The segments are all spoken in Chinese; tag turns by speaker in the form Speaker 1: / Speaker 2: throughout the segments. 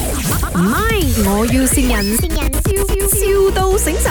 Speaker 1: 唔係，我要善人，笑笑到醒神。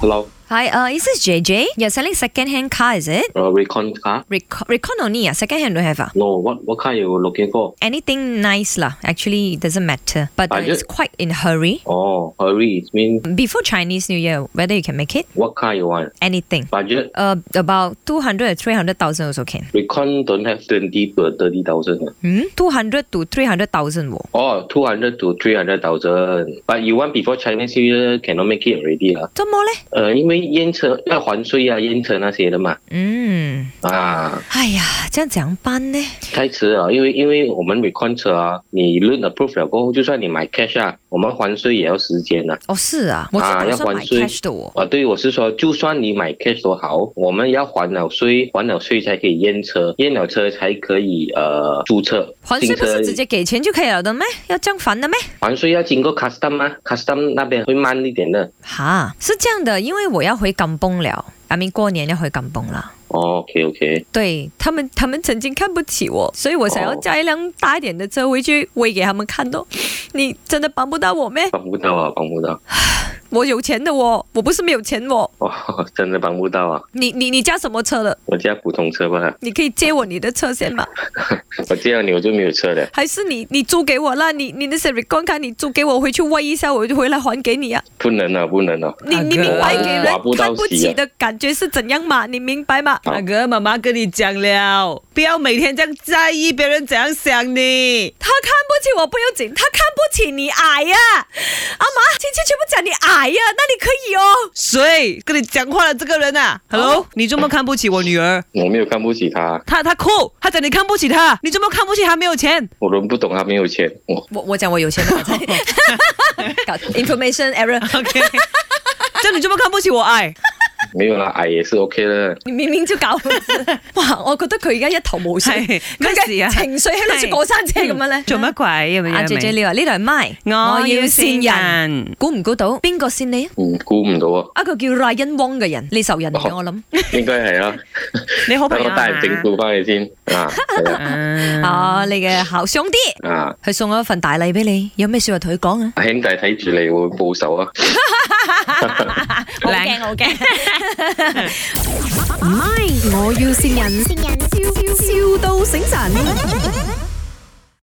Speaker 2: Hello,
Speaker 3: Hi, uh, is this JJ? You're selling second-hand car, is it?
Speaker 2: uh, recon car?
Speaker 3: Recon, recon only, ah, second-hand don't have, ah.
Speaker 2: No, what what car you looking for?
Speaker 3: Anything nice, lah. Actually, it doesn't matter. But uh,
Speaker 2: I
Speaker 3: it's
Speaker 2: just-
Speaker 3: quite in hurry.
Speaker 2: Oh, hurry. It mean
Speaker 3: Before Chinese New Year, whether you can make it?
Speaker 2: what car you want?
Speaker 3: Anything.
Speaker 2: Budget?
Speaker 3: Uh, about 200 to 300,000 also can.
Speaker 2: Recon don't have twenty to thirty thousand.
Speaker 3: Hmm? 200 to 300,000, wo.
Speaker 2: Oh, two hundred to three hundred thousand. But you want before Chinese New Year cannot make it already 啊。
Speaker 3: 怎么嘞？
Speaker 2: 呃，因为烟车要还税啊，烟车那些的嘛。
Speaker 3: 嗯，
Speaker 2: 啊，
Speaker 3: 哎呀，这样怎样办呢？
Speaker 2: 太迟了，因为因为我们 recon 车啊，你 loan approve 了过后，就算你买 cash 啊，我们还税也要时间呐、啊。
Speaker 3: 哦，Oh, 是啊，我是
Speaker 2: 啊
Speaker 3: 打
Speaker 2: 要
Speaker 3: 算
Speaker 2: 还
Speaker 3: 买
Speaker 2: 税
Speaker 3: cash 的哦。
Speaker 2: 啊，对，我是说，就算你买 cash 都好，我们要还了税，还了税才可以验车，验了车才可以呃注册。
Speaker 3: 还
Speaker 2: 新
Speaker 3: 税不
Speaker 2: 车
Speaker 3: 是直接给钱就可以了的咩？要这样烦的咩？
Speaker 2: 还税要经过 custom 啊，custom 那边会慢一点的。
Speaker 3: 哈，是这样的，因为我要回港崩了，阿明过年要回港崩了。
Speaker 2: 哦，OK OK，
Speaker 3: 对他们，他们曾经看不起我，所以我想要
Speaker 2: 哦
Speaker 3: 加一辆大一点的车回去喂给他们看咯。你真的帮不到我咩？
Speaker 2: 帮不到啊，帮不到，
Speaker 3: 我有钱的哦，我不是没有钱哦。
Speaker 2: 哦，真的帮不到啊，
Speaker 3: 你你你驾什么车了？
Speaker 2: 我家普通车吧，
Speaker 3: 你可以借我你的车先吗？
Speaker 2: 我这样你我就没有车了。
Speaker 3: 还是你你租给我啦？你你那些 r e c o n 卡你租给我，回去喂一下，我就回来还给你啊。
Speaker 2: 不能啊，不能啊，
Speaker 3: 你
Speaker 4: 阿
Speaker 3: 你
Speaker 4: 哥
Speaker 3: 明白给人
Speaker 2: 哇不到
Speaker 3: 看不
Speaker 2: 喜
Speaker 3: 起
Speaker 2: 啊
Speaker 3: 的感觉是怎样嘛？你明白吗？
Speaker 2: 好
Speaker 4: 阿哥，妈妈跟你讲了，不要每天这样在意别人怎样想你。
Speaker 3: 他看不起我不要紧，他看不起你矮呀、阿妈亲戚全部讲你矮呀、那你可以哦。
Speaker 4: 谁跟你讲话的这个人啊？Hello，你这么看不起我女儿？
Speaker 2: 我没有看不起他，
Speaker 4: 她她哭，她讲你看不起她，你这么看不起她没有钱？
Speaker 2: 我轮不懂他没有钱，我
Speaker 3: 我我讲我有钱 的，搞 information error。
Speaker 4: OK，就你这么看不起我爱，
Speaker 2: 没有啦，矮也是 OK 的。
Speaker 3: 你明明就搞，哇！我覺得佢而家一頭冇水，
Speaker 4: 係
Speaker 3: 佢
Speaker 4: 咩事啊嗯
Speaker 3: 嘅情緒喺度似過山車咁樣咧。
Speaker 4: 做乜鬼咁
Speaker 3: 啊？阿
Speaker 4: 樣
Speaker 3: J J
Speaker 4: 咪
Speaker 3: 你話呢度係咪？
Speaker 4: 我要善人
Speaker 3: 估唔估到邊個善你啊？
Speaker 2: 嗯，估唔到啊，
Speaker 3: 一個叫 Ryan Wong 嘅人，你仇人嚟嘅，我諗。
Speaker 2: 應該係啦。
Speaker 4: 你好
Speaker 2: 等
Speaker 4: 朋
Speaker 2: 我
Speaker 4: 友
Speaker 2: 帶人整
Speaker 4: 啊
Speaker 2: 蠱翻你先啊，係啦
Speaker 4: 嗯
Speaker 3: 啊，你嘅好兄弟，
Speaker 2: 啊，
Speaker 3: 佢送咗一份大禮俾你，有咩說話同佢講啊？
Speaker 2: 兄弟睇住你會報仇啊！
Speaker 3: 好
Speaker 4: 靚
Speaker 3: 驚，好驚！唔係，我要善人，笑笑到醒神。